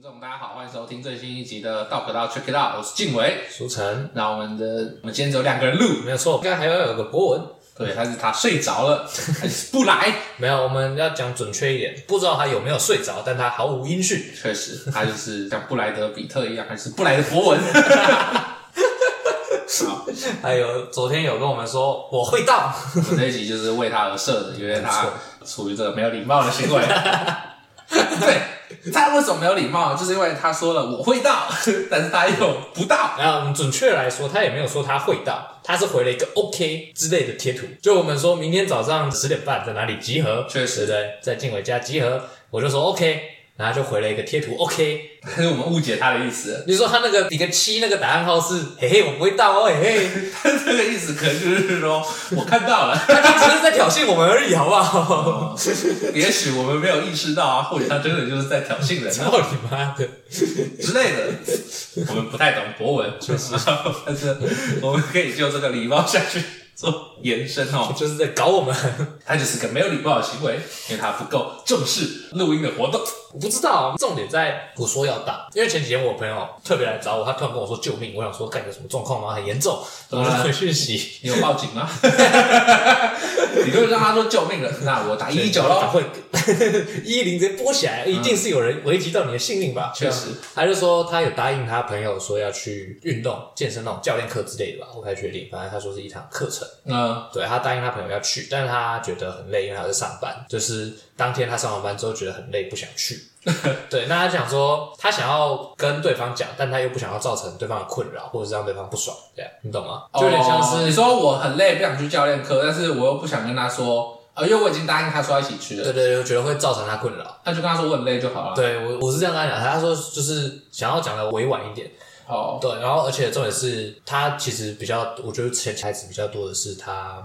众大家好，欢迎收听最新一集的《道可道 Check It Out》，我是静伟。舒晨，那我们的我们今天只有两个人录，没有错，应该还要有个博文。对，但是他睡着了， 还是不来。没有，我们要讲准确一点，不知道他有没有睡着，但他毫无音讯。确实，他就是像布莱德比特一样，还是布莱德博文。好，还有昨天有跟我们说我会到，我们这一集就是为他而设的，因为他没处于这个没有礼貌的行为。 对，他为什么没有礼貌？就是因为他说了我会到， 但是他又不到。然哎后我们准确来说，他也没有说他会到，他是回了一个 OK 之类的贴图，就我们说明天早上十点半在哪里集合，确实对不对，在静伟家集合，我就说 OK。然后他就回了一个贴图，OK。但是我们误解他的意思 了，你说他那个一个七那个答案号是，嘿嘿，我不会到哦，嘿嘿， 这个意思可能就是说我看到了。他就只是在挑衅我们而已，好不 好？ 也许我们没有意识到啊，或者他真的就是在挑衅人啊 操你妈的！之类的。我们不太懂博文，确实，但是我们可以就这个礼貌下去做延伸哦。就是在搞我们。他就是个没有礼貌的行为，因为他不够重视录音的活动。我不知道，重点在我说要打，因为前几天我朋友特别来找我，他突然跟我说救命，我想说干有什么状况吗？很严重，我就回讯息，你有报 警吗？你就让他说救命了，那我 打一一九打喽。会一一零直接拨起来，一定是有人危及到你的性命吧？确实对啊，他就说他有答应他朋友说要去运动、健身那种教练课之类的吧，我不太确定，反正他说是一堂课程。嗯，对他答应他朋友要去，但是他觉得很累，因为他在上班。就是当天他上完班之后觉得很累，不想去。对，那他想说他想要跟对方讲，但他又不想要造成对方的困扰，或者是让对方不爽，这样你懂吗？就有点像哦你是、说我很累，不想去教练课，但是我又不想跟他说，呃，因为我已经答应他说要一起去对了，对对，我觉得会造成他困扰。那就跟他说我很累就好了。对我我是这样跟他讲，他说就是想要讲的委婉一点，好，对，然后而且重点是他其实比较，我觉得前孩子比较多的是他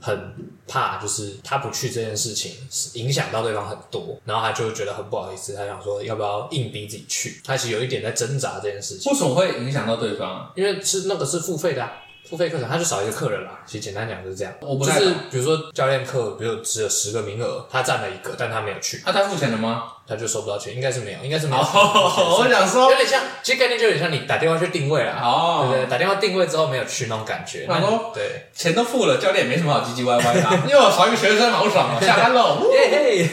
很怕，就是他不去这件事情是影响到对方很多，然后他就觉得很不好意思，他想说要不要硬逼自己去，他其实有一点在挣扎这件事情，为什么会影响到对方啊？因为是那个是付费的、啊。付费课程，他就少一个客人啦。其实简单讲就是这样，我不就太是懂比如说教练课，比如只有十个名额，他占了一个，但他没有去，啊那、他付钱了吗？他就收不到钱，应该是没有，应该是没有。哦， 我想说有，点像，其实概念就有点像你打电话去定位啦。哦对对，打电话定位之后没有去那种感觉。然后对，钱都付了，教练也没什么好唧唧歪歪 的啊、因为我少一个学生嘛，我爽啊 了，下班喽。耶嘿，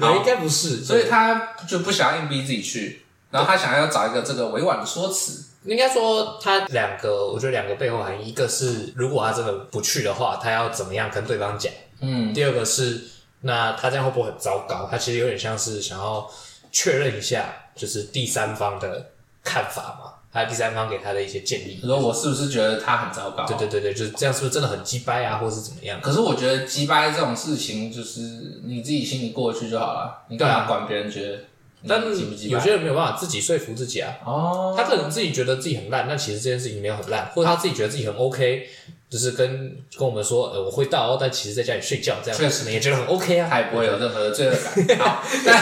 好应该不是，所以他就不想要硬逼自己去，然后他想要找一个这个委婉的说辞。应该说他两个，我觉得两个背后含义，一个是如果他真的不去的话，他要怎么样跟对方讲；嗯，第二个是那他这样会不会很糟糕？他其实有点像是想要确认一下，就是第三方的看法嘛，还有第三方给他的一些建议你。说我是不是觉得他很糟糕？对对对对，就是这样，是不是真的很鸡掰啊，或是怎么样？可是我觉得鸡掰这种事情，就是你自己心里过得去就好了，你干对嘛啊管别人觉得你但鸡不鸡有掰？些人没有办法自己说服自己啊。哦，他可能自己觉得自己很烂，但其实这件事情没有很烂，或者他自己觉得自己很 OK，就是跟跟我们说，呃，我会到哦，但其实在家里睡觉这样，确实也觉得很 OK 啊。他也不会有任何的罪恶 感。好， 那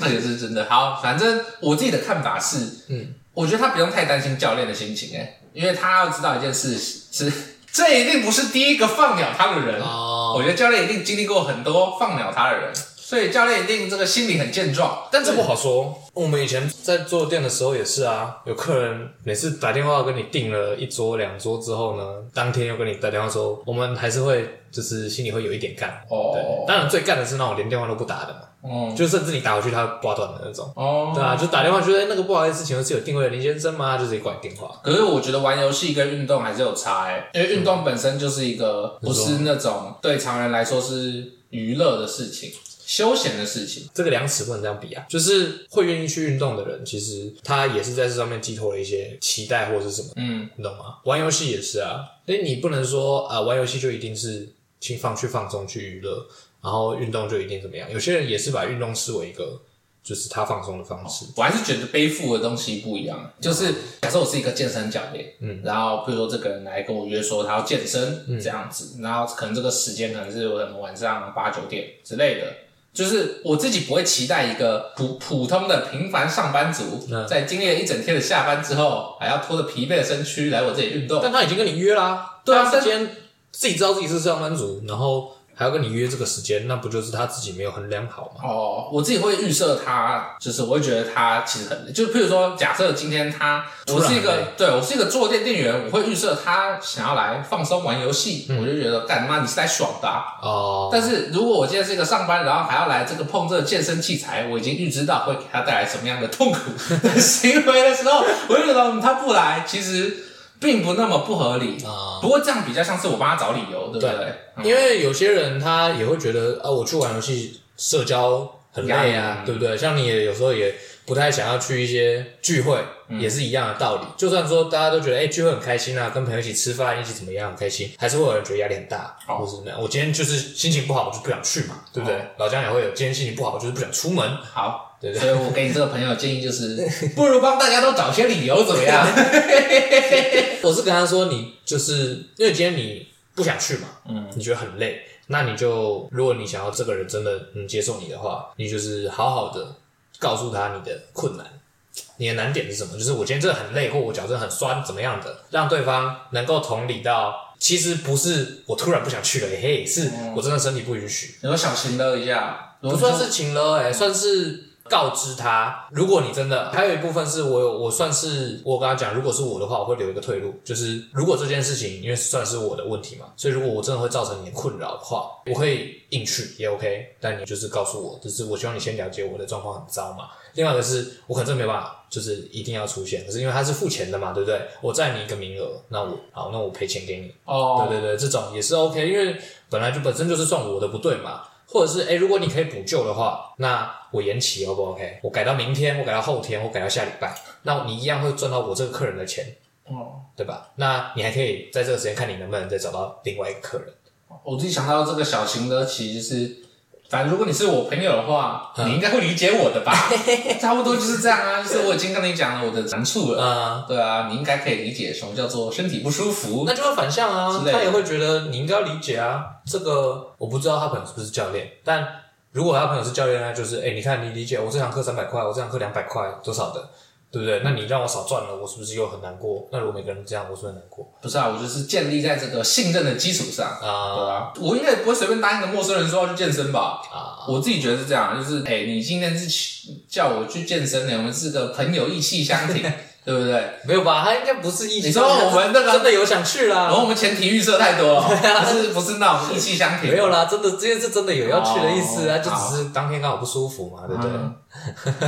那也是真的。好，反正我自己的看法是，嗯，我觉得他不用太担心教练的心情、欸，哎，因为他要知道一件事是，这一定不是第一个放鸟他的人。哦，我觉得教练一定经历过很多放鸟他的人，所以教练一定这个心理很健壮。但但这这不不好说。我们以前在做店的时候也是啊，有客人每次打电话跟你订了一桌两桌之后呢，当天又跟你打电话说，我们还是会就是心里会有一点干。哦，当然最干的是那种连电话都不打的嘛，嗯，就甚至你打回去他会挂断的那种。哦，对啊，就打电话觉得那个不好意思，请问是有定位的林先生吗？就直接挂你电话。可是我觉得玩游戏跟运动还是有差哎、因为运动本身就是一个不是那种对常人来说是娱乐的事情、休闲的事情。这个量尺不能这样比啊，就是会愿意去运动的人，其实他也是在这上面寄托了一些期待或者是什么，嗯，你懂吗？玩游戏也是啊，所以你不能说啊、呃玩游戏就一定是去放去放松去娱乐，然后运动就一定怎么样？有些人也是把运动视为一个就是他放松的方式，我还是觉得背负的东西不一样。就是假设我是一个健身教练，嗯，然后比如说这个人来跟我约说他要健身、这样子，然后可能这个时间可能是我可能晚上八九点之类的。就是我自己不会期待一个普普通的平凡上班族，嗯在经历了一整天的下班之后，还要拖着疲惫的身躯来我这里运动。但他已经跟你约啦、哦对啊他之前自己知道自己是上班族，然后还要跟你约这个时间，那不就是他自己没有衡量好吗？哦，我自己会预设他，就是我会觉得他其实很累。就譬如说，假设今天他，突我然是一很累个对我是一个坐店店员，我会预设他想要来放松玩游戏，我就觉得干妈你是来爽的、啊。嗯哦，但是如果我今天是一个上班，然后还要来这个碰这个健身器材，我已经预知到会给他带来什么样的痛苦 的行为的时候，我就觉得嗯他不来其实并不那么不合理。啊不过这样比较像是我帮他找理由，对不对？嗯因为有些人他也会觉得啊，我去玩游戏社交很累压啊，力对不对？像你也有时候也不太想要去一些聚会，嗯也是一样的道理。就算说大家都觉得哎、聚会很开心啊，跟朋友一起吃饭，一起怎么样很开心，还是会有人觉得压力很大，哦或是怎么样。我今天就是心情不好，我就不想去嘛，对不对？哦老姜也会有今天心情不好，我就是不想出门，好，对不所以我给你这个朋友的建议 就是，不如帮大家都找些理由怎么样？我是跟他说，你就是因为今天你不想去嘛，嗯，你觉得很累，那你就如果你想要这个人真的嗯接受你的话，你就是好好的告诉他你的困难，你的难点是什么？就是我今天真的很累，或我脚真的很酸，怎么样的，让对方能够同理到，其实不是我突然不想去了，嘿嘿，是我真的身体不允许，你说小情了一下，不不算是情了、欸，哎，算是。告知他，如果你真的，还有一部分是我有，我算是我跟他讲，如果是我的话，我会留一个退路，就是如果这件事情因为算是我的问题嘛，所以如果我真的会造成你的困扰的话，我会硬去也 OK，但你就是告诉我，就是我希望你先了解我的状况很糟嘛。另外一个是我可能真的没办法，就是一定要出现，可是因为他是付钱的嘛，对不对？我占你一个名额，那我好，那我赔钱给你，哦，对对对，这种也是 OK，因为本来就本身就是算我的不对嘛。或者是哎、诶如果你可以补救的话，那我延期 O 不 OK？我改到明天，我改到后天，我改到下礼拜，那你一样会赚到我这个客人的钱，哦，对吧？那你还可以在这个时间看你能不能再找到另外一个客人。我自己想到这个小情的，其实是，反正如果你是我朋友的话，嗯你应该会理解我的 吧？差不多就是这样啊，就是我已经跟你讲了我的难处了，啊、对啊，你应该可以理解什么叫做身体不舒服那。就会反向啊之，类的他也会觉得你应该要理解啊。这个我不知道他朋友是不是教练，但如果他朋友是教练，那就是哎、诶你看你理解我这堂课三百块，我这堂课两百块多少的，对不嗯对？那你让我少赚了，我是不是又很难过？那如果每个人这样，我是不是很难过不是啊，我就是建立在这个信任的基础上，对啊啊，我应该也不会随便答应个陌生人说要去健身吧？啊我自己觉得是这样，就是哎、你今天是去叫我去健身的，我们是个朋友，意气相 挺，对不对？没有吧？他应该不是一你说我们那个哦真的有想去然后啦，我们前提预设太多 了，不是不是那种意气相挺，没有啦，真的这件事真的有要去的意思啊，哦就只是当天刚好不舒服嘛，对不对？嗯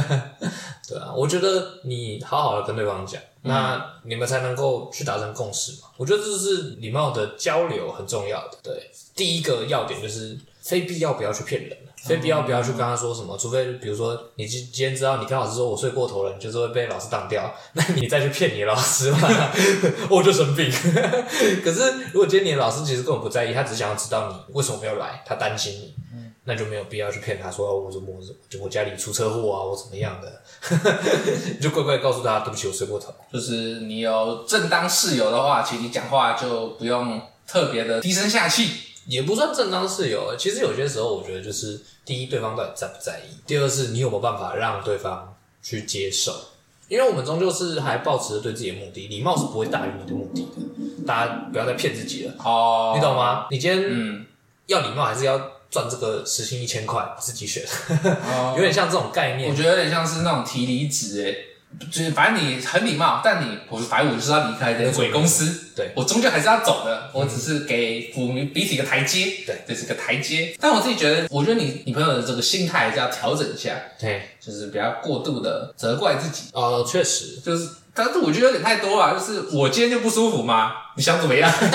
对啊，我觉得你好好的跟对方讲，嗯那你们才能够去达成共识嘛。我觉得这就是礼貌的交流很重要的。对，第一个要点就是非必要不要去骗嗯人。非必要不要去跟他说什么，除非比如说你今今天知道你跟老师说我睡过头了，你就是会被老师挡掉， 那你再去骗你老师嘛， 我就生病。 可是如果今天你的老师其实根本不在意，他只想要知道你为什么没有来，他担心你，那就没有必要去骗他说、哦、我怎么我怎么我家里出车祸啊，我怎么样的， 你就乖乖告诉他对不起，我睡过头。就是你有正当室友的话，其实你讲话就不用特别的低声下气。也不算正当室友，其实有些时候我觉得就是第一，对方到底在不在意；第二是你有没有办法让对方去接受，因为我们终究是还保持着对自己的目的，礼貌是不会大于你的目的的，大家不要再骗自己了，哦，你懂？吗？你今天嗯，要礼貌还是要赚这个时薪一千块，自己选， 有哦，点像这种概我念。觉得有点像是那种提离职哎，就是反正你很礼貌，但你我反正我就是要离开这个鬼公司，对嗯我终究还是要走的，我只是给我们彼此一个台阶，对这是个台阶。但我自己觉得，我觉得你你朋友的这个心态还是要调整一下，对，就是不要过度的责怪自己，哦，确实，就是，但是我觉得有点太多了，就是我今天就不舒服嘛，你想怎么样？ 对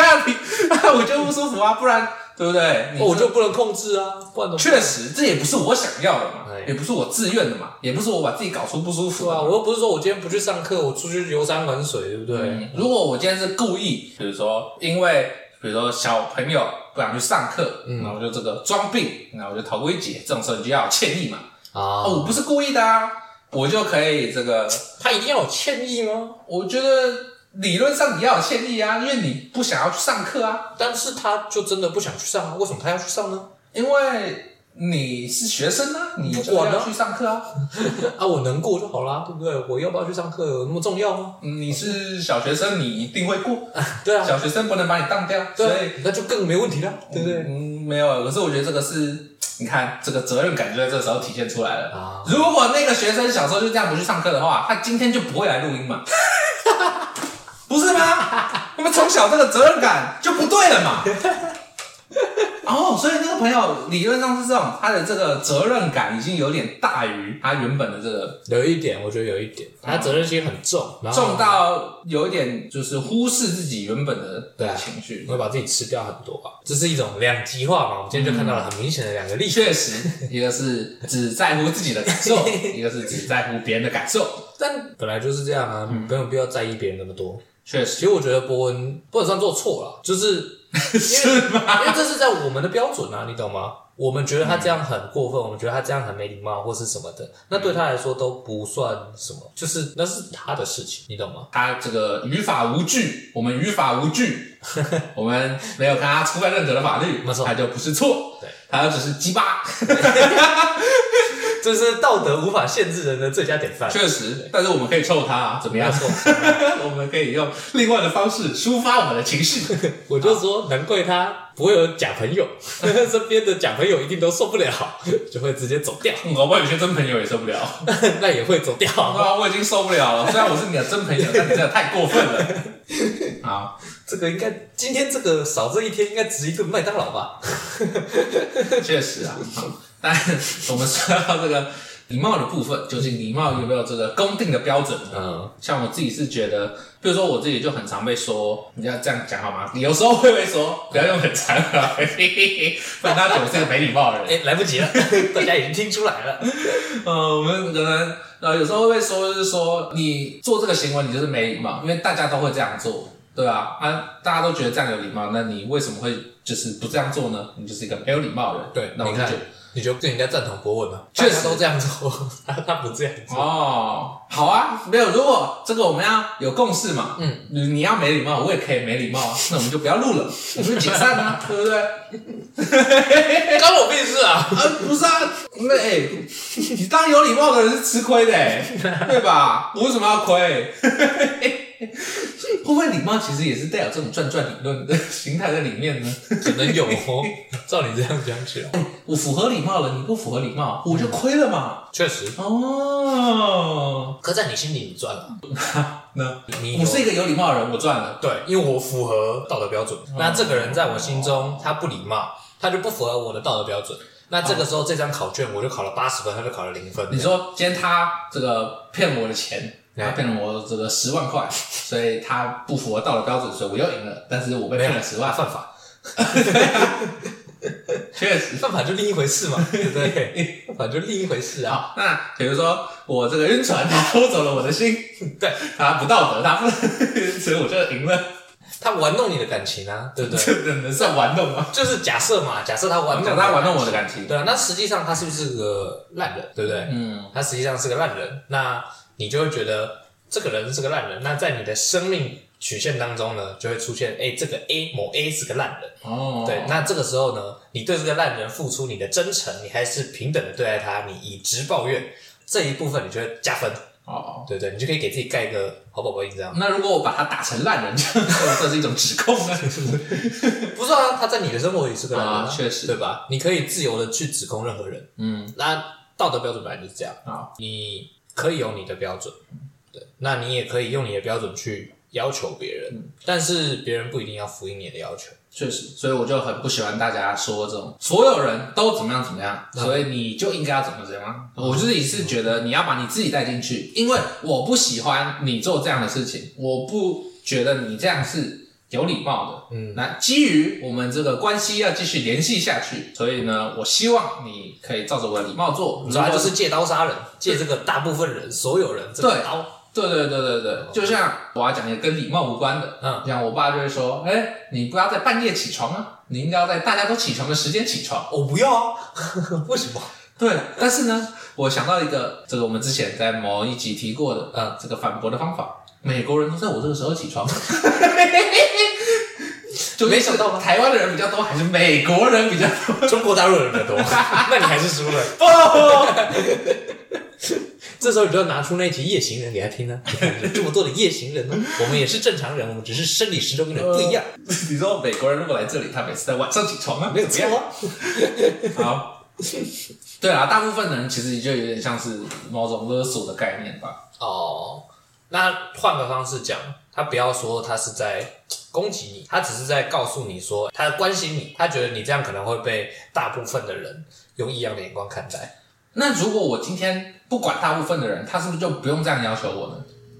啊，你 我就不舒服啊，不然对不对？你哦我就不能控制啊，不然怎么？确实这也不是我想要的嘛哎，也不是我自愿的嘛，也不是我把自己搞出不舒服对啊，啊。我又不是说我今天不去上课，我出去游山玩水，对不对？嗯如果我今天是故意，比如说因为比如说小朋友不想去上课，嗯然后就这个装病，然后我就逃过一劫，这种时候你就要有歉意嘛。啊哦，我不是故意的啊，我就可以这个他一定要有歉意吗？我觉得理论上你要有歉意啊，因为你不想要去上课啊，但是他就真的不想去上啊？为什么他要去上呢？因为你是学生啊，你不就管啊要去上课啊，啊，我能过就好啦，对不对？我要不要去上课有那么重要吗？嗯你是小学生，你一定会过，对啊，小学生不能把你当掉，所对以啊，那就更没问题了，对不对？嗯，没有，可是我觉得这个是，你看这个责任感就在这时候体现出来了。啊，如果那个学生小时候就这样不去上课的话，他今天就不会来录音嘛， 不是吗？我们从小这个责任感就不对了嘛。 哦，所以那个朋友理论上是这种，他的这个责任感已经有点大于他原本的这个有一点，我觉得有一点，他责任心很重，然后重到有一点就是忽视自己原本的对啊情绪。会把自己吃掉很多吧，这是一种两极化嘛。我们今天就看到了很明显的两个例子，确实，一个是只在乎自己的感 受，一个是只在乎别人的感受。嗯但本来就是这样啊，没有必要在意别人那么多。确其实实我觉得博文不能算做错了，就是是吗？因为这是在我们的标准啊，你懂吗？我们觉得他这样很过分，我们觉得他这样很没礼貌或是什么的，那对他来说都不算什么，就是那是他的事情，你懂吗？他这个于法无据，我们于法无 据，我们没有看他触犯任何的法律，没错他就不是错，对，他只是鸡巴， 这是道德无法限制人的最佳典范。确实。但是我们可以臭他、啊，怎么没有样？ 错，我们可以用另外的方式抒发我们的情绪。我就说难怪他不会有假朋友， 身边的假朋友一定都受不了，就会直接走掉， 我不好有些真朋友也受不了，那也会走掉。对 啊，我已经受不了了。虽然我是你的真朋友，但你真的太过分了。 好，这个应该今天这个少这一天应该值一顿麦当劳吧？ 确实啊，但我们说到这个礼貌的部分，究竟礼貌有没有这个公定的标准呢？嗯，像我自己是觉得，比如说我自己就很常被说，你要这样讲好吗？有时候会被说，不要用很常啊， 嘿嘿嘿不然大家觉得我是个没礼貌的 人。哎，来不及了，大家已经听出来了。呃，我们可能呃有时候会被说，就是说你做这个行为你就是没礼貌，因为大家都会这样做，对吧、啊？大家都觉得这样有礼貌，那你为什么会就是不这样做呢？你就是一个没有礼貌的人。对，那我你就看觉得，你就更应该赞同博 文了。确实大家都这样做，他 他不这样做。哦，好啊，没有，如果这个我们要有共识嘛，嗯你，你要没礼貌，我也可以没礼貌啊， 那我们就不要录了，我们就解散啊，对不对？ 关我屁事啊！啊，不是啊，那哎、你当有礼貌的人是吃亏的、欸，对吧？我为什么要亏？会不会礼貌其实也是带有这种转转理论的形态在里面呢？ 可能有 哦，照你这样讲起来，我符合礼貌了，你不符合礼貌，我就亏了嘛。确实。哦，可在你心里，你赚了。那你我有是一个有礼貌的人，我赚了。对，因为我符合道德标准。那这个人在我心中，他不礼貌，他就不符合我的道德标准。那这个时候，这张考卷我就考了八十分，他就考了零分。你说今天他这个骗我的钱，对他骗了我这个十万块，所以他不符合道德标准，所以我又赢了，但是我被没有骗了十万，犯法，确实。犯法就另一回事嘛，对不 对？犯法就另一回事啊。好，那比如说我这个晕船，他偷走了我的心，对他不道德，他不，所以我就赢了，他玩弄你的感情啊，对不对？这能算玩弄吗？就是假设嘛，假设他玩弄，讲他玩弄我的感情，对啊，那实际上他是不是个烂人，对不对？嗯，他实际上是个烂人，那你就会觉得这个人是个烂人。那在你的生命曲线当中呢，就会出现，哎，这个 A 某 A 是个烂人，哦，对。那这个时候呢，你对这个烂人付出你的真诚，你还是平等的对待他，你以直抱怨这一部分，你就会加分，哦，对不对？你就可以给自己盖一个好宝宝印章。那如果我把他打成烂人，这 这是一种指控呢？不是啊，他在你的生活里是个烂人、啊确实对吧？你可以自由的去指控任何人，嗯，那道德标准本来就是这样。好，你可以有你的标准，对，那你也可以用你的标准去要求别人，嗯但是别人不一定要服应你的要求。确实，所以我就很不喜欢大家说这种所有人都怎么样怎么样，所以你就应该要怎么怎么样。我自己是觉得你要把你自己带进去，因为我不喜欢你做这样的事情，我不觉得你这样是有礼貌的。嗯，那基于我们这个关系要继续联系下去，所以呢，我希望你可以照着我的礼貌做。你说他就是借刀杀人，借这个大部分人、所有人这个对刀，对对对对对，就像我要讲一个跟礼貌无关的，嗯，像我爸就会说，哎、你不要在半夜起床啊，你应该要在大家都起床的时间起床。我不要啊， 为什么？对，但是呢，我想到一个，这个我们之前在某一集提过的，呃嗯这个反驳的方法，美国人都在我这个时候起 床。就没想到吧台湾的人比较多，还是美国人比较 多？中国大陆人比较多，那你还是输了。不， 这时候你就要拿出那集《夜行人》给他听呢、 这么多的夜行人呢，我们也是正常人，我们只是生理时钟跟人不一样， 你说美国人如果来这里，他每次在晚上起床啊，没有错啊、 好，对啊，大部分人其实就有点像是某种勒索的概念吧。哦，那换个方式讲，他不要说他是在攻击你，他只是在告诉你说他关心你，他觉得你这样可能会被大部分的人用异样的眼光看待。那如果我今天不管大部分的人，他是不是就不用这样要求我呢？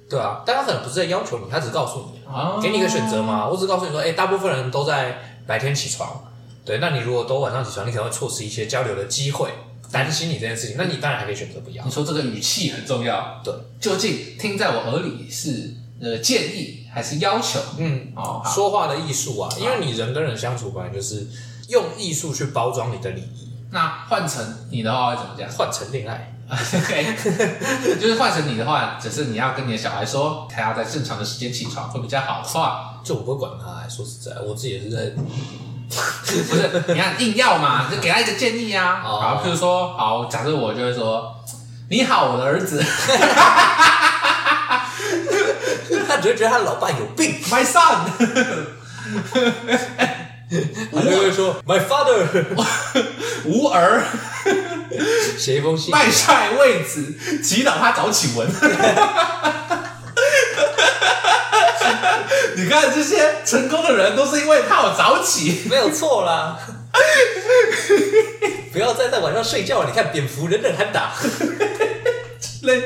对啊，但他可能不是在要求你，他只是告诉你，啊给你一个选择嘛。我只告诉你说，哎、大部分人都在白天起床，对，那你如果都晚上起床，你可能会错失一些交流的机会，嗯担心你这件事情，那你当然还可以选择不要你。说这个语气很重要，对，究竟听在我耳里是呃建议还是要求？嗯，哦，好说话的艺术啊，因为你人跟人相处本来就是用艺术去包装你的礼仪，那换成你的话会怎么讲换成恋爱。 ？OK，就是换成你的话，只是你要跟你的小孩说，他要在正常的时间起床会比较好的话，这我不会管他、说实在，我自己也是在不是？你看硬要嘛，就给他一个建议啊。哦好，譬如说，好，假设我就会说，你好，我的儿子 他只会觉得他老爸有病， ，my son，他就会说 My father 无儿，写一 封信，麦帅卫子，祈祷他早起文。 你看这些成功的人，都是因为他有早起。没有错啦。 不要再在晚上睡觉了，你看蝙蝠人人喊打，累。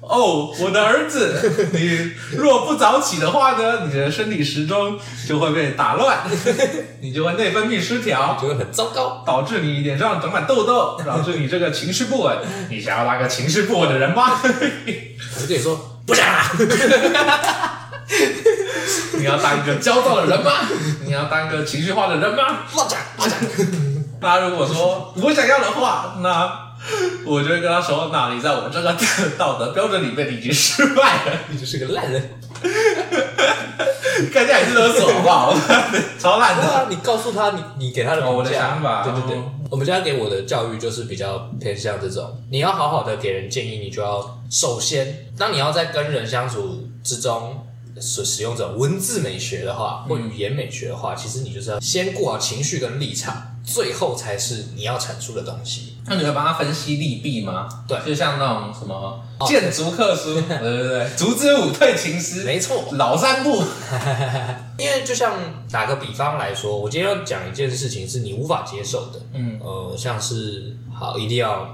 哦，我的儿子，你若不早起的话呢，你的生理时钟就会被打乱，你就会内分泌失调，就会很糟糕。导致你脸上长满痘痘，导致你这个情绪不稳。你想要那个情绪不稳的人吗？ 我就跟你说，不想啦，你要当一个焦躁的人吗？你要当一个情绪化的人吗？乱讲乱讲。那如果说我想要的话，那我就会跟他说，那你在我这个道德标准里面你已经失败了。你就是个烂人。看起来是勒索，好不好？ 超烂对的。啊，你告诉他你你给他的评价哦我的想法对对对哦，我们家给我的教育就是比较偏向这种，你要好好的给人建议，你就要首先，当你要在跟人相处之中。所使用这种文字美学的话，或语言美学的话，其实你就是要先顾好情绪跟立场，最后才是你要阐述的东西。那你会帮他分析利弊吗？对哦就像那种什么谏逐客书，对对对，竹之舞退秦师，没错，老三部，因为就像打个比方来说，我今天要讲一件事情是你无法接受的，嗯呃，像是好一定要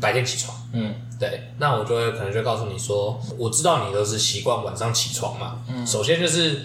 白天起床，嗯对，那我就会可能就告诉你说，我知道你都是习惯晚上起床嘛。嗯，首先就是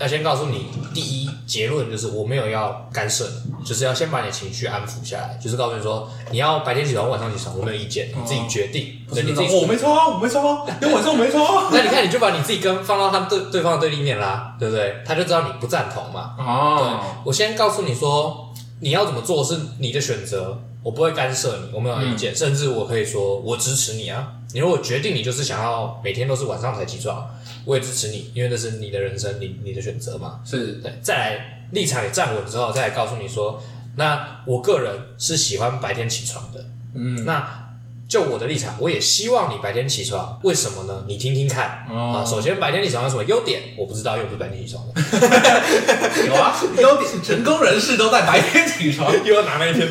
要先告诉你，第一结论就是我没有要干涉你，就是要先把你的情绪安抚下来，就是告诉你说你要白天起床，晚上起床，我没有意见，你自己决定，哦不对，是你那自种己。我没抽啊，我没抽啊，因为我说我没抽啊。那你看，你就把你自己跟放到他们对对方的对立面啦，对不对？他就知道你不赞同嘛。哦，我先告诉你说，你要怎么做是你的选择，我不会干涉你，我没有意见，甚至我可以说我支持你啊。你如果决定你就是想要每天都是晚上才起床，我也支持你，因为这是你的人生，你你的选择嘛。是对，再来立场也站稳之后，再来告诉你说，那我个人是喜欢白天起床的，嗯那就我的立场，我也希望你白天起床，为什么呢？你听听看。哦，啊，首先白天起床有什么优点？我不知道，因为我不是白天起床的，有啊，优点，成功人士都在白天起 床， 又要拿那一天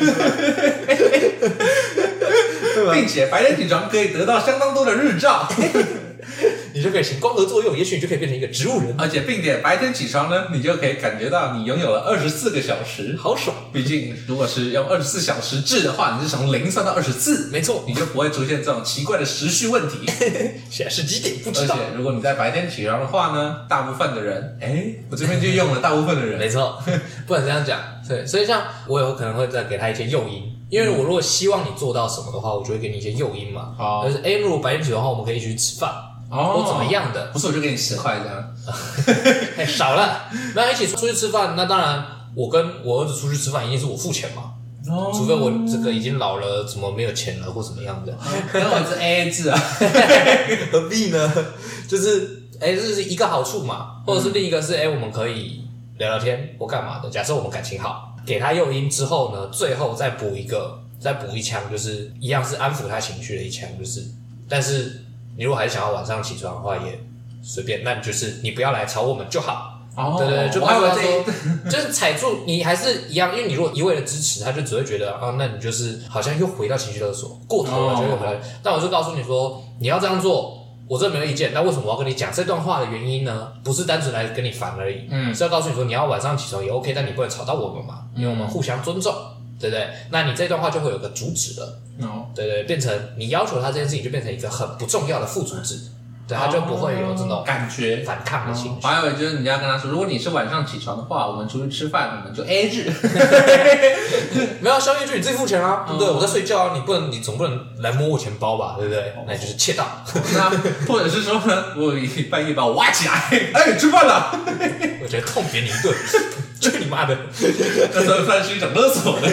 并且白天起床可以得到相当多的日照，你就可以行光合作用，也许你就可以变成一个植物人，而且并且白天起床呢，你就可以感觉到你拥有了二十四个小时。好爽。毕竟，如果是用二十四小时制的话，你是从零算到二十四，没错，你就不会出现这种奇怪的时序问题。现在是几点？不而 知道。且，如果你在白天起床的话呢，大部分的人，哎，我这边就用了大部分的 人，没错，不能这样讲。对，所以像我有可能会再给他一些诱因，因为我如果希望你做到什么的话，我就会给你一些诱因嘛。好就是哎，如果白天起床的话，我们可以一起去吃饭，哦或怎么样的。不是我就给你十块这样，哎，少了，那一起出去吃饭，那当然我跟我儿子出去吃饭一定是我付钱嘛，除非我这个已经老了，怎么没有钱了或怎么样的。跟我是 A 制啊， 何必呢？就是哎、这是一个好处嘛，或者是另一个是哎、我们可以聊聊天或干嘛的。假设我们感情好，给他诱因之后呢，最后再补一个再补一枪，就是一样是安抚他情绪的一枪，就是，但是你如果还是想要晚上起床的话，也随便，那你就是你不要来吵我们就好。哦对对，对就我包还以括为这他一 说，就是踩住你还是一样，因为你如果一味的支持，他就只会觉得啊，那你就是好像又回到情绪勒索，过头了哦就又回来。但我就告诉你说，你要这样做，我这没有意见。那为什么我要跟你讲这段话的原因呢？不是单纯来跟你烦而已，嗯是要告诉你说，你要晚上起床也 OK，但你不能吵到我们嘛，因为我们互相尊重，对不对？那你这段话就会有个主旨了。哦，对对，变成你要求他这件事情，就变成一个很不重要的副主旨，对他就不会有这种感觉。反抗的情哦绪。还有就是你要跟他说，如果你是晚上起床的话，我们出去吃饭，我们就哎 A 制。没有啊宵夜就你自己付钱啊，对嗯不对？我在睡觉啊，你不能，你总不能来摸我钱包吧，对不哦对？那你就是窃盗。那或者是说呢，我半夜把我挖起来，哎，吃饭了，我觉得痛扁你一 顿，去你妈的！这算算是一种勒索的。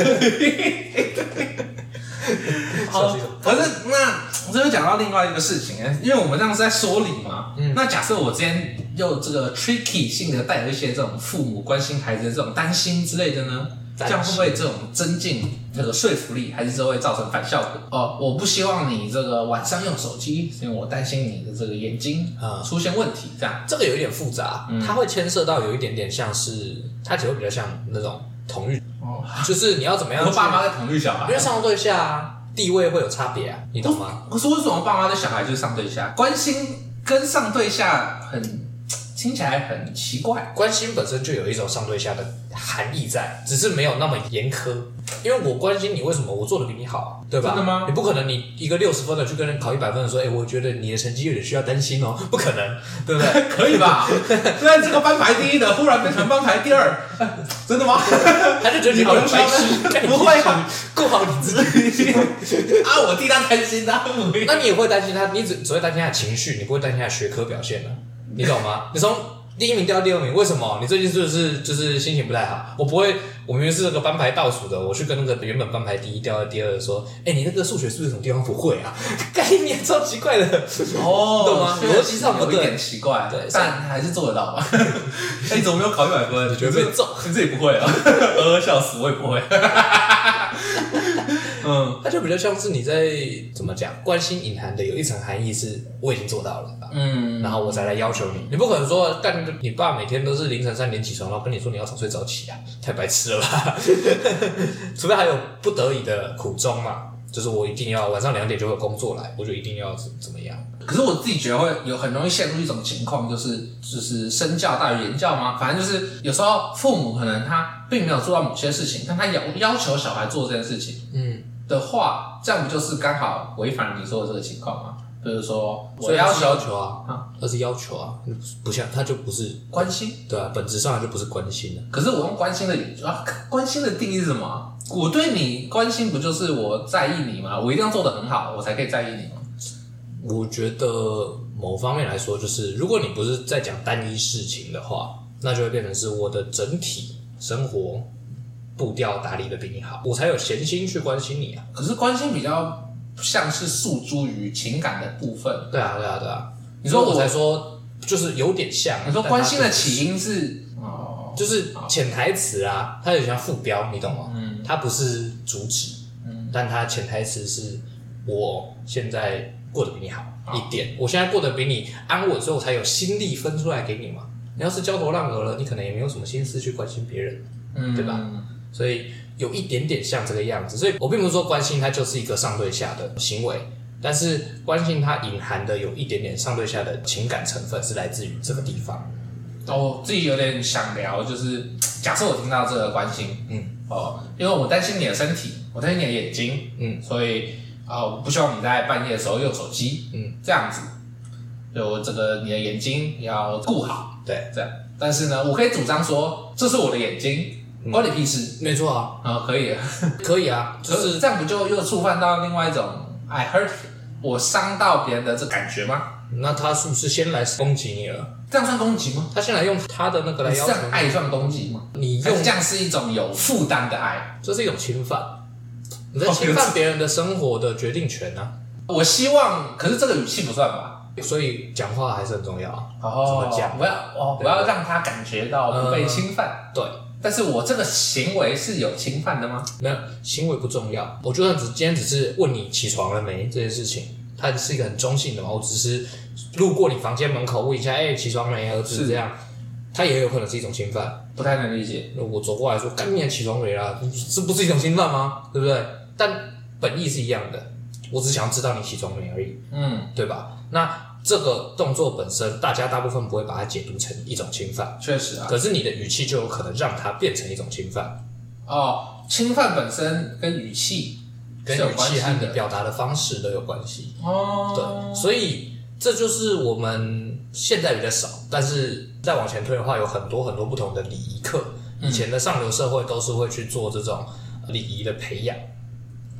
算是一种可是那这就讲到另外一个事情，哎因为我们这样是在说理嘛。嗯那假设我之前又这个 tricky 性的带有一些这种父母关心孩子的这种担心之类的呢，这担心样会不会这种增进这个说服力，还是这会造成反效果？哦、我不希望你这个晚上用手机，因为我担心你的这个眼睛啊出现问题，这样。这个有一点复杂，嗯它会牵涉到有一点点像是，它只会比较像那种同育，哦，就是你要怎么样我去爸妈，在同育小因为孩。上对下啊地位会有差别啊，你懂吗？可是为什么爸妈的小孩就是上对下？关心跟上对下很听起来很奇怪。关心本身就有一种上对下的含义在，只是没有那么严苛。因为我关心你，为什么我做的比你好啊、对吧？真的吗你不可能你一个六十分的去跟人考一百分的说，哎、我觉得你的成绩有点需要担心哦，不可能，对不对？可以吧？虽然这个班排第一的忽然变成班排第二，真 的吗？啊他就觉得你好像白痴，不会啊，顾好你自己。啊，我替他担心他不会。 那你也会担心他，你只只会担心他的情绪，你不会担心他的学科表现的、你懂吗？ 你从第一名掉到第二名，为什么？你最近是不是就是心情不太好？我不会，我明明是那个班排倒数的，我去跟那个原本班排第一掉到第二的说，哎、你那个数学是不是什么地方不会啊？ 概念超奇怪的。哦懂吗确实逻辑上不有一对点奇怪，对但还是做得到吧？ 哎，你怎么没有考一百 分？你觉得被揍？你自己不会 啊？呃，笑死，我也 不会。嗯它就比较像是你在怎么讲，关心隐含的有一层含义是我已经做到了。嗯，然后我再来要求你，你不可能说，但你爸每天都是凌晨三点起床，然后跟你说你要早睡早起啊，太白痴了吧？ 除非还有不得已的苦衷嘛，就是我一定要晚上两点就会有工作来，我就一定要怎怎么样？可是我自己觉得会有很容易陷入一种情况，就是就是身教大于言教吗？反正就是有时候父母可能他并没有做到某些事情，但他要要求小孩做这件事情嗯，的话，这样不就是刚好违反了你说的这个情况吗？比如说我所以他要是要求求啊啊，那是要求啊，不像他就不是，关心，对啊，本质上他就不是关心了、啊可是我用关心的啊，关心的定义是什么啊？我对你关心不就是我在意你吗？我一定要做的很好，我才可以在意你吗？我觉得某方面来说，就是如果你不是在讲单一事情的话，那就会变成是我的整体生活步调打理的比你好，我才有闲心去关心你啊。可是关心比较像是诉诸于情感的部分，对啊，对啊，对啊。你说我我才说，就是有点像你说但它关心的就是起因是哦，就是潜台词啊，它有点像副标，你懂吗？嗯，它不是主旨，嗯，但它潜台词是我现在过得比你好啊一点，我现在过得比你安稳，所以我才有心力分出来给你嘛。你要是焦头烂额了，你可能也没有什么心思去关心别人，嗯对吧？所以有一点点像这个样子。所以我并不是说关心它就是一个上对下的行为，但是关心它隐含的有一点点上对下的情感成分是来自于这个地方。哦，我自己有点想聊，就是假设我听到这个关心，嗯哦，因为我担心你的身体，我担心你的眼睛，嗯所以啊、我不希望你在半夜的时候用手机嗯，这样子，就这个你的眼睛要顾好，对，这样。但是呢，我可以主张说，这是我的眼睛，关你屁事没错啊，啊、可以。可以啊，就可是是这样不就又触犯到另外一种 I hurt，我伤到别人的这感觉吗？那他是不是先来攻击你了？这样算攻击吗？他先来用他的那个来你是要这求样爱算攻击吗？你，你还用是这样是一种有负担的爱？这是一种侵犯，你在侵犯别人的生活的决定权啊。我希望，可是这个语气不算吧？所以讲话还是很重要啊。哦怎么讲我要哦，对我要让他感觉到不被侵犯。对，但是我这个行为是有侵犯的吗？没有行为不重要，我就算只今天只是问你起床了没这件事情，它是一个很中性的嘛，我只是路过你房间门口问一下，哎、起床没，儿子是这样，它也有可能是一种侵犯。不太能理解。那我走过来说，干你还起床没啦，这不是一种侵犯吗？对不对？但本意是一样的，我只想要知道你起床没而已。嗯，对吧？那这个动作本身，大家大部分不会把它解读成一种侵犯，确实啊。可是你的语气就有可能让它变成一种侵犯，哦，侵犯本身跟语气跟是有语关气系和你的。表达的方式都有关系。哦，对，所以这就是我们现在比较少，但是再往前推的话，有很多很多不同的礼仪课。以前的上流社会都是会去做这种礼仪的培养，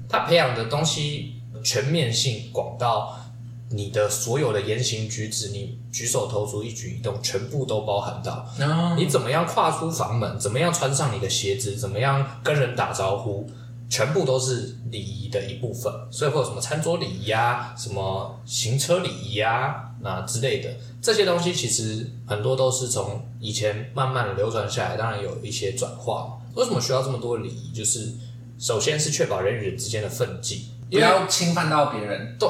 它培养的东西全面性广到你的所有的言行举止，你举手投足、一举一动，全部都包含到。对，然后你怎么样跨出房门，怎么样穿上你的鞋子，怎么样跟人打招呼，全部都是礼仪的一部分。所以会有什么餐桌礼仪啊，什么行车礼仪啊，那之类的这些东西，其实很多都是从以前慢慢的流传下来，当然有一些转化。为什么需要这么多礼仪？就是首先是确保人与人之间的分际，不因为要侵犯到别人。对，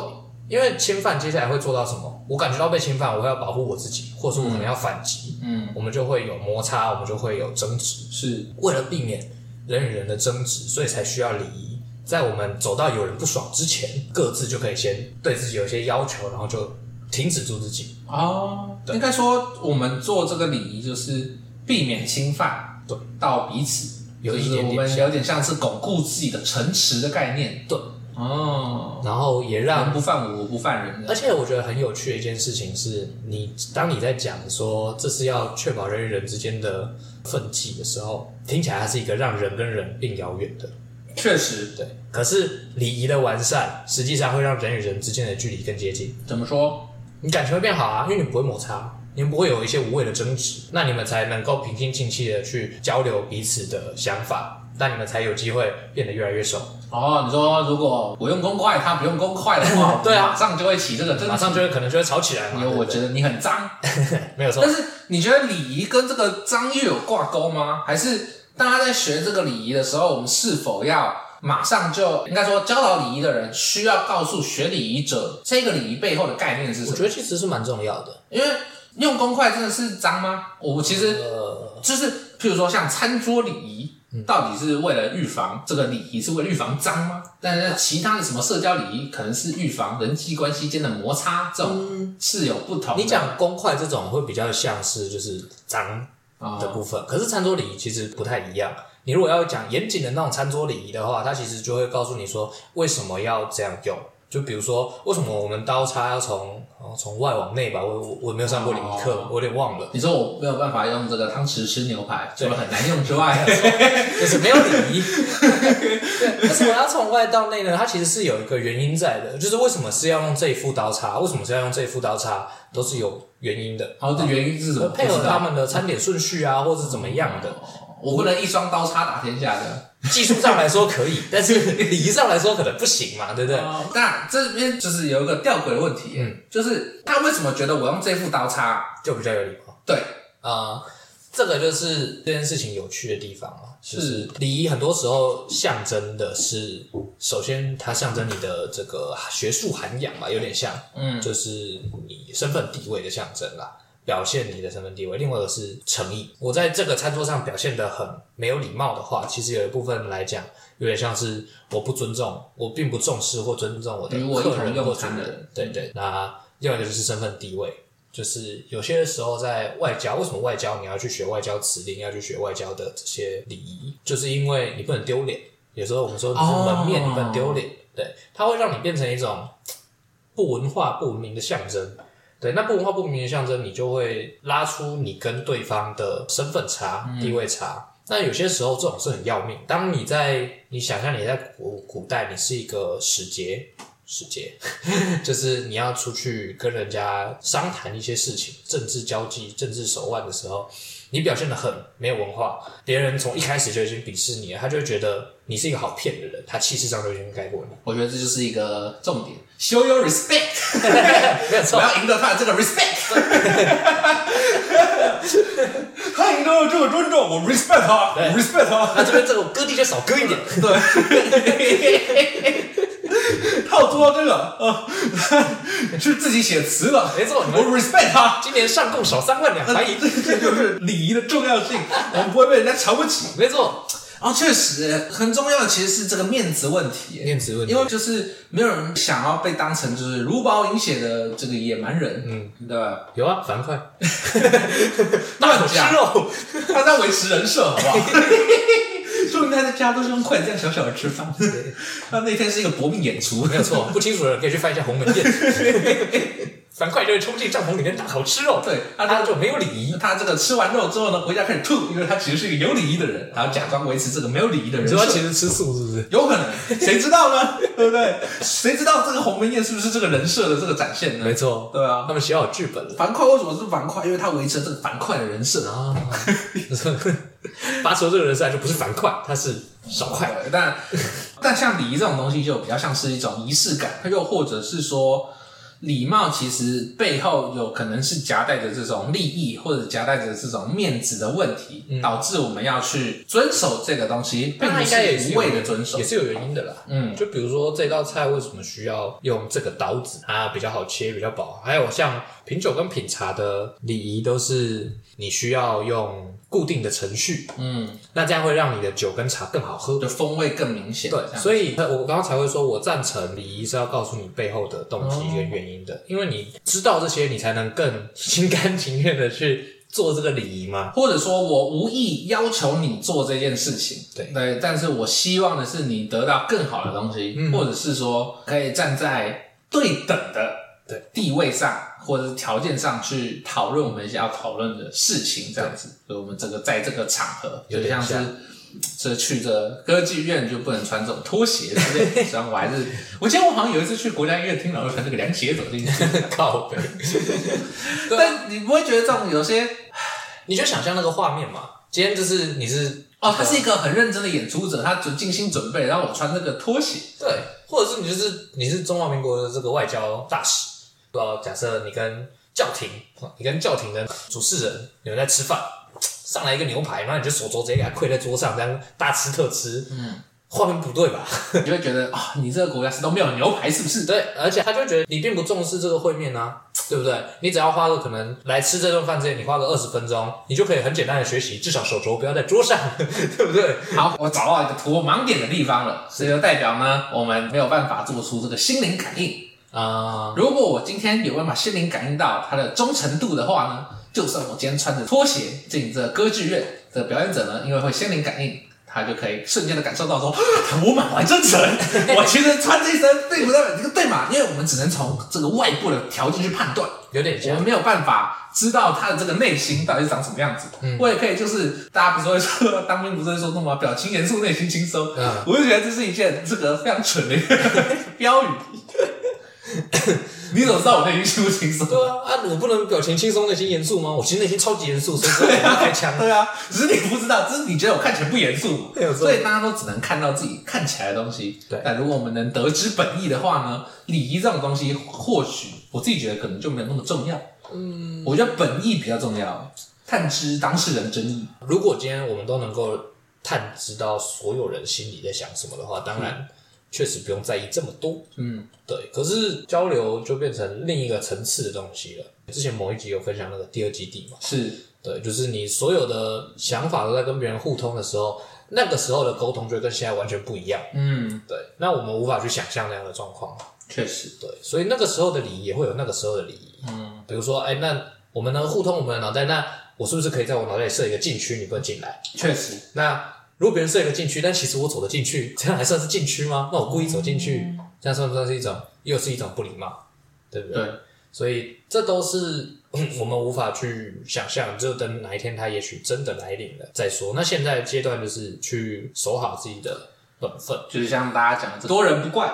因为侵犯接下来会做到什么？我感觉到被侵犯，我会要保护我自己，或者说我可能要反击。嗯，我们就会有摩擦，我们就会有争执。是为了避免人与人的争执，所以才需要礼仪。在我们走到有人不爽之前，各自就可以先对自己有一些要求，然后就停止住自己。哦，应该说我们做这个礼仪就是避免侵犯对到彼此，有一就是点点我们像有点像是巩固自己的城池的概念。对，哦，然后也人让不犯我，我不犯人。而且我觉得很有趣的一件事情是，你当你在讲说这是要确保人与人之间的分际的时候，听起来它是一个让人跟人并遥远的，确实，对。可是礼仪的完善，实际上会让人与人之间的距离更接近。怎么说？你感情会变好啊，因为你不会摩擦，你们不会有一些无谓的争执，那你们才能够平心静气的去交流彼此的想法，那你们才有机会变得越来越熟，，哦，你说如果我用公筷，他不用公筷的话 对啊马上就会起这个争马上执。就会可能就会吵起来嘛。因为对不我对觉得你很脏，没有错但，是你觉得礼仪跟这个脏又有挂钩吗？还是大家在学这个礼仪的时候，我们是否要马上就应该说教导礼仪的人需要告诉学礼仪者这个礼仪背后的概念是什我么？觉得其实是蛮重要的。因为用公筷真的是脏吗？我其实呃，就是，譬如说像餐桌礼仪。嗯到底是为了预防这个礼仪是为了预防脏吗？但是其他的什么社交礼仪，可能是预防人际关系间的摩擦，这种是有不同的。嗯你讲公筷这种会比较像是就是脏啊的部分，可是餐桌礼仪其实不太一样。你如果要讲严谨的那种餐桌礼仪的话，它其实就会告诉你说为什么要这样用。就比如说，为什么我们刀叉要从哦从外往内吧？我我我没有上过礼仪课，哦我有点忘了，你说我没有办法用这个汤匙吃牛排，除对了很难用之 外，就是没有礼仪。 对，为什么要从外到内呢？它其实是有一个原因在的，就是为什么是要用这一副刀叉，为什么是要用这一副刀叉，都是有原因的。然后这原因是什么？配合不知道他们的餐点顺序啊，或是怎么样的，我不能一双刀叉打天下的。技术上来说可以，但是礼仪上来说可能不行嘛，对不对？哦那这边就是有一个吊诡的问题，嗯就是他为什么觉得我用这副刀叉？就比较有礼貌对，啊、这个就是这件事情有趣的地方啊，就是是礼仪很多时候象征的是，首先它象征你的这个学术涵养吧，有点像，嗯，就是你身份地位的象征啦，表现你的身份地位。另外一个是诚意，我在这个餐桌上表现得很没有礼貌的话，其实有一部分来讲，有点像是我不尊重，我并不重视或尊重我的与我一客同人用或餐主的人人。对对，那另外一个就是身份地位。就是有些时候在外交，为什么外交你要去学外交辞令，要去学外交的这些礼仪，就是因为你不能丢脸。有时候我们说你是门面，哦你不能丢脸，对，它会让你变成一种不文化不文明的象征。对，那不文化不文明的象征，你就会拉出你跟对方的身份差、地位差。那有些时候这种是很要命。当你在你想象你在古古代，你是一个使节，使节就是你要出去跟人家商谈一些事情、政治交际、政治手腕的时候，你表现的很没有文化，别人从一开始就已经鄙视你了，他就会觉得你是一个好骗的人，他气势上就已经盖过你。我觉得这就是一个重点，show your respect， 没有 我错，要赢得他的这个 respect。他赢得了这个尊重，我 respect 他对我，respect 他。那这边这个割地就少割一点。他有做到这个，啊， 是自己写词的，没错你我们 respect 他。今年上贡少三万两白银，这这就是礼仪的重要 性，我们不会被人家瞧不起。 没错，啊，确实很重要的其实是这个面子问题，面子问题因为就是没有人想要被当成就是如饱饮血的这个野蛮人，嗯，对吧？有啊，樊 哙乱好讲吃，肉，他在维持人设，好 不好？说明他在家都是用筷子这样小小的吃饭。他那天是一个搏命演出，没有。错。不清楚的人可以去翻一下鸿门 宴，樊哙就会冲进帐篷里面大口吃肉，对他他就没有礼仪。他这个吃完肉之后呢，回家开始吐，因为他其实是一个有礼仪的人，然后假装维持这个没有礼仪的人你说设他。其实吃素是不是？有可能，谁知道呢？对不对？谁知道这个鸿门宴是不是这个人设的这个展现呢没？错，对啊他们写好剧本了樊哙为什么是樊哙？因为他维持了这个樊哙的人设啊。 啊。拔出这个人上来就不是樊哙，他是少哙。对但 但像礼仪这种东西，就比较像是一种仪式感，又或者是说，礼貌其实背后有可能是夹带着这种利益，或者夹带着这种面子的问题，嗯导致我们要去遵守这个东西，并但不他应该也是是无谓的遵守也。是有原因的啦。嗯，就比如说这道菜为什么需要用这个刀子，它比较好切，比较薄。还有像品酒跟品茶的礼仪，都是你需要用固定的程序，嗯，那这样会让你的酒跟茶更好喝。就风味更明显。对，以所以我刚刚才会说，我赞成礼仪是要告诉你背后的动机跟原因的，因为你知道这些，你才能更心甘情愿的去做这个礼仪嘛。 或者说我无意要求你做这件事情，对对，但是我希望的是你得到更好的东西，嗯或者是说可以站在对等的对地位上，或者是条件上去讨论我们想要讨论的事情，这样子。所以我们这个在这个场合，有就点像是像。这去这歌剧院就不能穿这种拖鞋之 类的，虽然我还是，我记得我好像有一次去国家音乐厅，然后穿这个凉鞋走进 去，靠背，但你不会觉得这种有些你就想象那个画面嘛。今天就是你是哦，他是一个很认真的演出者，他准精心准备，然后我穿这个拖鞋，对，或者是你就是你是中华民国的这个外交大使，呃，假设你跟教廷，你跟教廷的主事人你们在吃饭，上来一个牛排，然后你就手肘直接给他跪在桌上，这样大吃特吃，嗯，画面不对吧？你就会觉得啊、你这个国家是都没有牛排，是不是？ 对，而且他就觉得你并不重视这个会面啊，对不对？你只要花个可能来吃这顿饭之前，你花个二十分钟，你就可以很简单的学习，至少手肘不要在桌上， 对不对？好，我找到一个图我盲点的地方了，所以就代表呢，我们没有办法做出这个心灵感应。啊、如果我今天有办法心灵感应到他的忠诚度的话呢，就算我今天穿着拖鞋进这歌剧院，这个表演者呢，因为会心灵感应。他就可以瞬间的感受到说，啊我满怀真诚， 我其实穿这一身并不代表这个对嘛，因为我们只能从这个外部的条件去判断。有点我像们。没有办法知道他的这个内心到底是长什么样子。我也可以就是大家不是会说当兵不是会说什么表情严肃，内心轻松？嗯我就觉得这是一件这个非常蠢的一个 标语。你怎么知道我内心轻不轻松？对啊，啊，我不能表情轻松，内心严肃吗？我其实内心超级严肃，所以说我不开枪。对啊，只是你不知道，只是你觉得我看起来不严肃没有，错所以大家都只能看到自己看起来的东西。对但如果我们能得知本意的话呢，礼仪这种东西，或许我自己觉得可能就没有那么重要。嗯，我觉得本意比较重要，探知当事人真意。如果今天我们都能够探知到所有人心里在想什么的话，当然确实不用在意这么多。嗯，对，可是交流就变成另一个层次的东西了。之前某一集有分享那个第二基地嘛，是对，就是你所有的想法都在跟别人互通的时候，那个时候的沟通就会跟现在完全不一样。嗯，对，那我们无法去想象那样的状况。确实，对，所以那个时候的礼仪也会有那个时候的礼仪。嗯，比如说，哎、那我们能互通我们的脑袋，那我是不是可以在我脑袋里设一个禁区，你不能进来？确实，那如果别人设一个禁区，但其实我走得进去，这样还算是禁区吗？那我故意走进去，这样算不算是一种，又是一种不礼貌，对不对？对，所以这都是嗯我们无法去想象，只有等哪一天它也许真的来临了再说。那现在阶段就是去守好自己的本分，就是像大家讲的这个，多人不怪，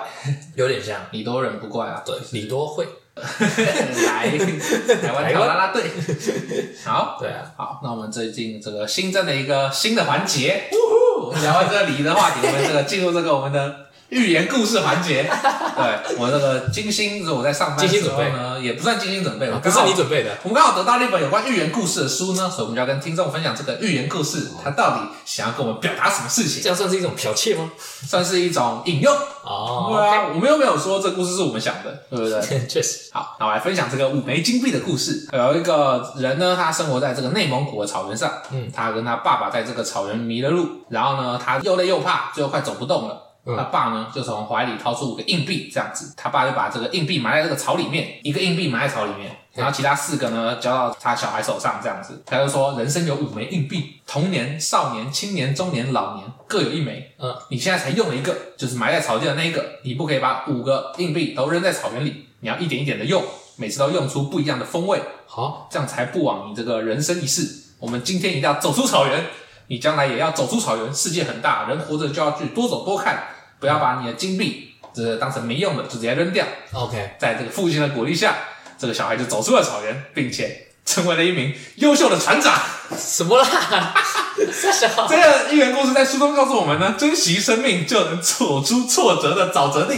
有点像你多人不怪啊。对礼多会， 来台湾台跳湾啦啦队，好，对啊，好，那我们最近这个新增的一个新的环节，呜呼我们聊完这个礼仪的话题，我们这个进入这个我们的寓言故事环节。对我这个精心，我在上班的精心时准候备呢，也不算精心准备，我啊不刚是好你准备的，我们刚好得到了一本有关寓言故事的书呢，所以我们就要跟听众分享这个寓言故事，它到底想要跟我们表达什么事这情，样算是一种剽窃吗？算是一种引用。对哦，啊，我们又没有说这故事是我们想的，对不对？ 确实，好，那我来分享这个五枚金币的故事。有一个人呢，他生活在这个内蒙古的草原上，嗯，他跟他爸爸在这个草原迷了路，然后呢，他又累又怕，最后快走不动了。嗯他爸呢，就从怀里掏出五个硬币，这样子，他爸就把这个硬币埋在这个草里面，一个硬币埋在草里面，然后其他四个呢交到他小孩手上，这样子，他就说，人生有五枚硬币，童年、少年、青年、中年、老年各有一枚，嗯，你现在才用了一个，就是埋在草地的那一个，你不可以把五个硬币都扔在草原里，你要一点一点的用，每次都用出不一样的风味，好，这样才不枉你这个人生一世。我们今天一定要走出草原，你将来也要走出草原。世界很大，人活着就要去多走多看，不要把你的金币这当成没用的就直接扔掉。 OK，在这个父亲的鼓励下，这个小孩就走出了草原，并且成为了一名优秀的船长。什么啦？ 傻小这个寓言故事在书中告诉我们呢，珍惜生命就能走出挫折的沼泽地。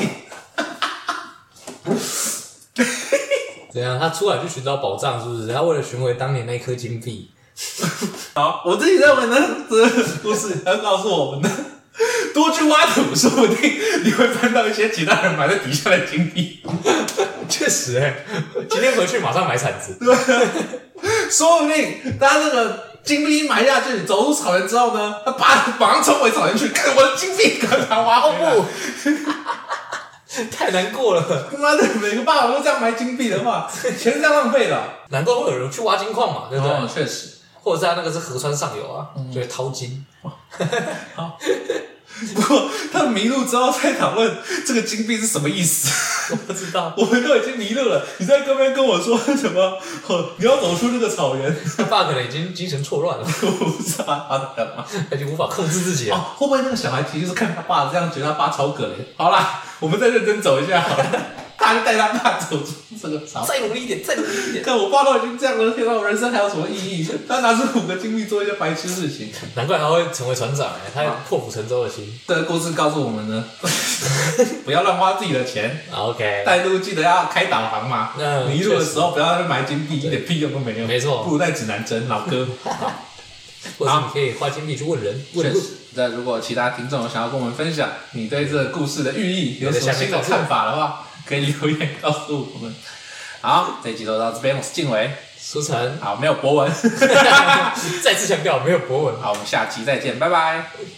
怎样？他出来就寻找宝藏，是不是？他为了寻回当年那颗金币，好，我自己认为呢，这个故事要告诉我们呢， 多去挖土，说不定你会翻到一些其他人埋在底下的金币。确实哎，今天回去马上买铲子。说不定他这个金币一埋下去，走出草原之后呢，他把马上冲回草原去，看我的金币，赶快挖回来。哦不， 太难过了，他妈的，每个爸爸都这样埋金币的话，钱是这样浪费的。难怪会有人去挖金矿嘛，对不对？，哦确实。或者是他那个是河川上游啊，就会淘金。不过他迷路之后再讨论这个金币是什么意思。我不知 道，我们都已经迷路了，你在那边跟我说什么？哦，你要走出这个草原，他爸可能已经精神错 乱了， 我不知道他干嘛。他已经无法控制自己哦，了。会不会那个小孩其实是看他爸这样，觉得他爸超可怜？好啦，我们再认真走一下好了。 他就带他爸走出这个草。再努力一点，再努力一点。看我爸都已经这样了，天哪，我人生还有什么意义？他拿出五个精力做一些白痴事情。难怪他会成为船长、哎，他有破釜沉舟的心。这个故事告诉我们呢， 不要乱花自己的钱， OK，带路记得要开导航嘛。嗯迷路的时候不要在那边买金币，一点屁用都没有。没错不如带指南针，老哥。或者是你可以花金币去问人，问确路实。，那如果其他听众想要跟我们分享你对这个故事的寓意有在什么下面新的告诉我看法的话，可以留言告诉我们。好，这一集就到这边，我是静伟。苏晨，好，没有博文。 再次强调，没有博文。好，我们下期再见，拜拜。